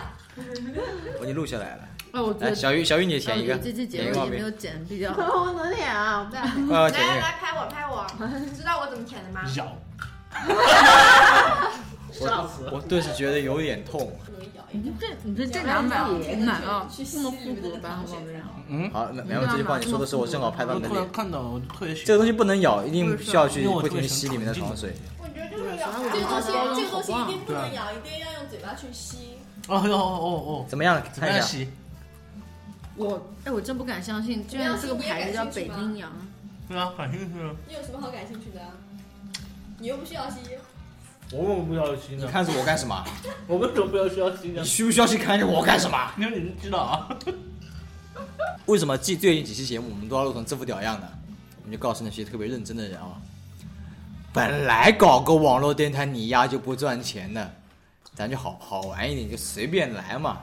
A: 我已经录下来了。
I: 哎，我觉
A: 来，
I: 得
A: 小鱼，小鱼你舔一个，
I: 这期节
A: 舔一个
I: 目
A: 棒
I: 也没有
A: 冰。
I: 剪比较好。
D: 我能脸啊，我不敢。
A: 啊
F: 来
A: 剪
F: 来
A: 一个
F: 来，拍我拍我，知道我怎么舔的吗？
J: 咬。
A: 我我顿时觉得有点痛。
I: 你这你这这哪买啊？买啊？这么复古的白糖棒冰啊？
A: 嗯，好，那苗苗这句话你说的是我正好拍到你的
J: 突然
A: 脸。
J: 看到，我就特别喜
A: 这个东西不能咬，一定需要去
J: 因为
A: 不
J: 我特
A: 停地
J: 别喜欢
A: 吸里面的糖水。
F: 我觉得就是
I: 咬
F: 咬，
I: 这个东西这个东西一定
A: 不能
F: 咬，一定要用嘴巴去吸。
J: 哦哦哦哦，
A: 怎么样？
J: 怎么
A: 看一
J: 样
A: 下，
J: 洗？
I: 我哎，我真不敢相信，居然这个牌子叫北京洋。
J: 对啊，感兴趣啊。
H: 你有什么好感兴趣的啊？你又不需要吸。
J: 我为什么不要洗呢？你
A: 看着我干什么？
J: 我为什么不要需要洗呢？
A: 你需不需要去看着我干什么？
J: 因为你是知道啊。
A: 为什么记最近几期节目我们都要录成这副屌样呢？我们就告诉那些特别认真的人啊，本来搞个网络电台你丫就不赚钱的，咱就好好玩一点，就随便来嘛。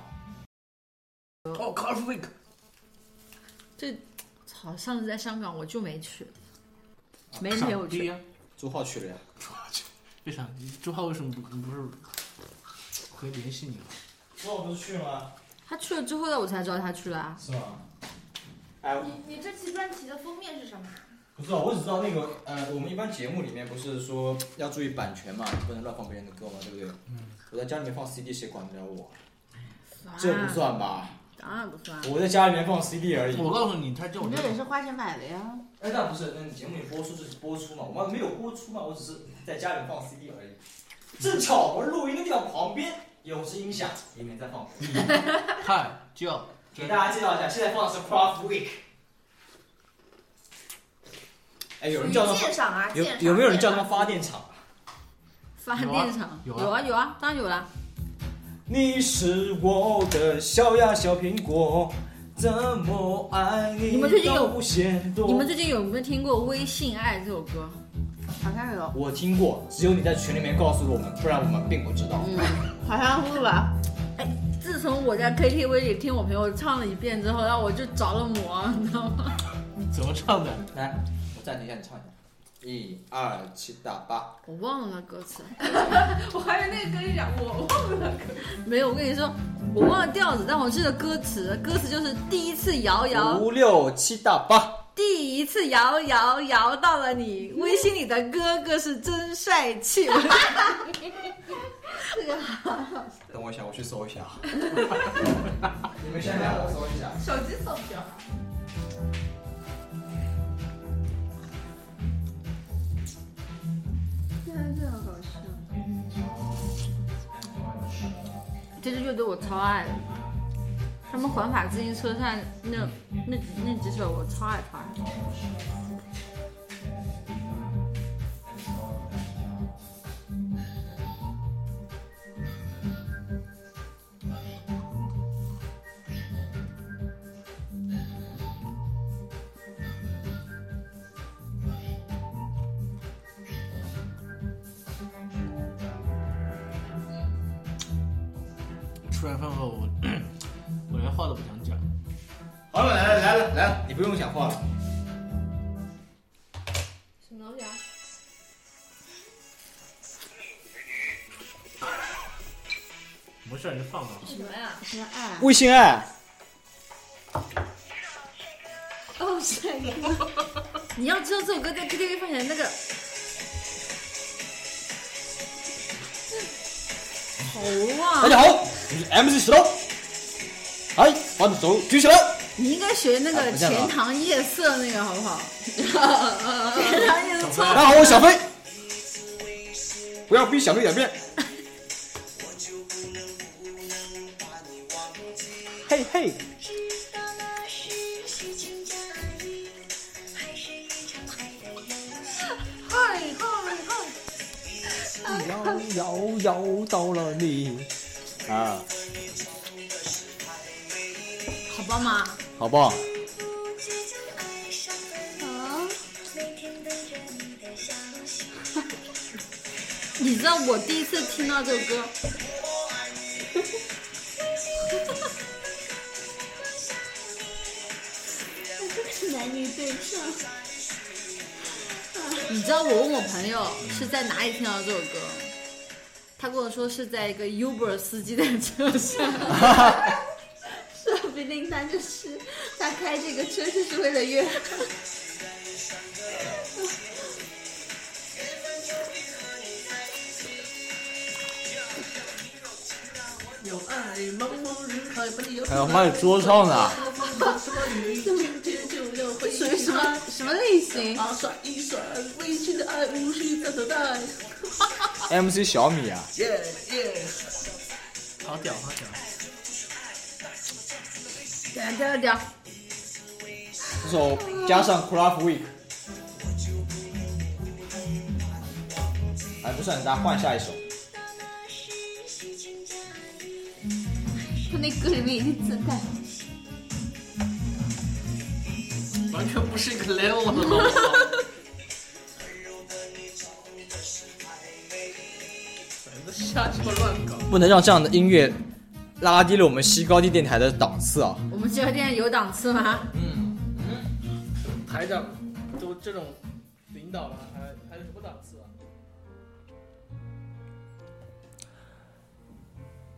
J: 哦 c o f f e e
I: 这操！上次在香港我就没去，没没我去。
A: 朱浩去了呀？
J: 朱浩去？为啥？朱浩为什么不不是会联系你了？
M: 那我不是去了吗？
I: 他去了之后呢，我才知道他去了啊。
M: 是吗？哎，
F: 你你这期专辑的封面是什么？
A: 不知道，我只知道那个呃，我们一般节目里面不是说要注意版权嘛，不能乱放别人的歌嘛，对不对？嗯。啊我在家里面放 CD，谁管得了我？这不算吧？
I: 当然不算。
A: 我在家里面放 CD 而已。
J: 我告诉你，他叫我
D: 你这也是花钱买的呀。
A: 哎，那不是，那你节目里播出就是播出嘛，我们没有播出嘛，我只是在家里放 CD 而已。正巧我录音的地方旁边有是音响，里面在放。
J: 嗨，叫
A: 给大家介绍一下，现在放的是 Prof Week。哎，有人叫他
F: 鉴赏啊
A: 有
F: 鉴赏
A: 有没有人叫他发电厂？
I: 发电厂
A: 有啊
I: 有啊有啊，当然有啦。
A: 你是我的小呀小苹果，怎么爱你
I: 你们最近有
A: 都嫌多
I: 你们最近有没有听过《微信爱》这首歌？
D: 好像有。
A: 我听过，只有你在群里面告诉我们，不然我们并不知道。
I: 好像是吧。哎，自从我在 KTV 里听我朋友唱了一遍之后，然后我就着了魔，你知道吗？
J: 怎么唱的？
A: 来，我暂停一下，你唱一下。一二七大八，
I: 我忘了歌词，
H: 我还有那个跟你讲，我忘了。
I: 没有。我跟你说，我忘了调子，但我记得歌词。歌词就是第一次摇摇，
A: 五六七大八。
I: 第一次摇摇摇到了你，微信里的哥哥是真帅气。
D: 这个好好笑。
A: 等我一下，我去搜一下。你们先聊，我搜一下。
H: 手机搜不着。
D: 真的好搞笑。
I: 这支乐队我超爱的，他们环法自行车上那那那几首我超爱超爱。
J: 吃完饭后，我 我连话都不想讲。
A: 好了，来了来了来了，你不用讲话了。
H: 什么东西啊？
J: 没事，你就放吧。
H: 什么呀？
D: 什么爱？
A: 微信
N: 啊
A: 爱，
I: 哦，帅哥！你要知道这首歌在 KTV 放起来那个好啊！啊
A: 大家好，我是 MC 石头。哎，把你手举起来。
I: 你应该学那
N: 啊
I: 个
N: 不见了啊
I: 钱塘夜色那个好 不好？钱塘夜色超
N: 大家好，我是小飞。不要逼小飞演变。嘿嘿。
G: 嗨嗨嗨！
N: 摇摇摇到了你啊，
I: 好棒啊吗？
N: 好棒！
I: 你知道我第一次听到这首歌，
O: 男女对唱，
I: 你知道我问我朋友是在哪里听到这首歌，他跟我说是在一个 Uber 司机的车上。
O: 说不定他就是他开这个车就是为了 约。
G: 有爱茫茫人海，没有
N: 哎呦妈呀桌上啊呢
G: 属
O: 属于什么什么类型？
G: 啊，甩一甩，微醺的爱无需再等待。
N: MC 小米啊，
G: 耶耶！
J: 好屌，好屌！
I: 掉掉掉！
N: 这首加上 Club Week，哎，不算，咱换下一首。
O: 他那歌里面已经自带。
J: 完全不是一个 level 的东西。瞎鸡巴乱搞！
N: 不能让这样的音乐拉低了我们西高地电台的档次啊！
I: 我们这家店有档次吗？
J: 台长都这种领导了，还还有什么档次啊？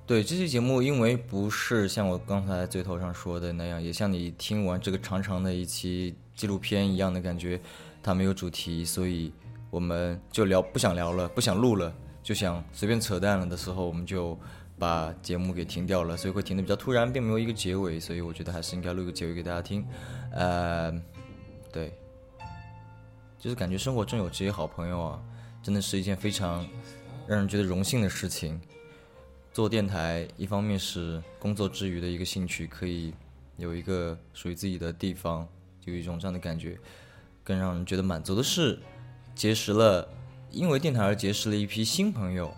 A: 对这期节目，因为不是像我刚才最头上说的那样，也像你听完这个长长的一期纪录片一样的感觉，它没有主题，所以我们就聊不想聊了，不想录了，就想随便扯淡了的时候，我们就把节目给停掉了，所以会停的比较突然，并没有一个结尾，所以我觉得还是应该录一个结尾给大家听。呃，对，就是感觉生活中有这些好朋友啊，真的是一件非常让人觉得荣幸的事情。做电台，一方面是工作之余的一个兴趣，可以有一个属于自己的地方，有一种这样的感觉。更让人觉得满足的是，结识了因为电台而结识了一批新朋友，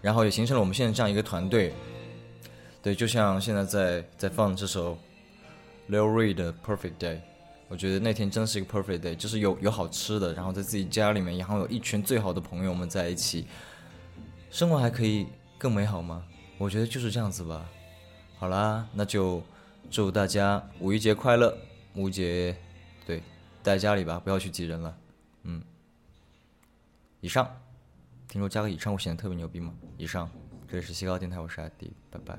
A: 然后也形成了我们现在这样一个团队。对，就像现在在在放这首 Lil Reed 的 Perfect Day，我觉得那天真是一个 Perfect Day，就是有有好吃的，然后在自己家里面，然后有一群最好的朋友们在一起，生活还可以更美好吗？我觉得就是这样子吧。好啦，那就祝大家五一节快乐！五一节，对，待在家里吧，不要去挤人了。嗯，以上，听说加个以上会显得特别牛逼吗？以上，这里是西高电台，我是阿迪，拜拜。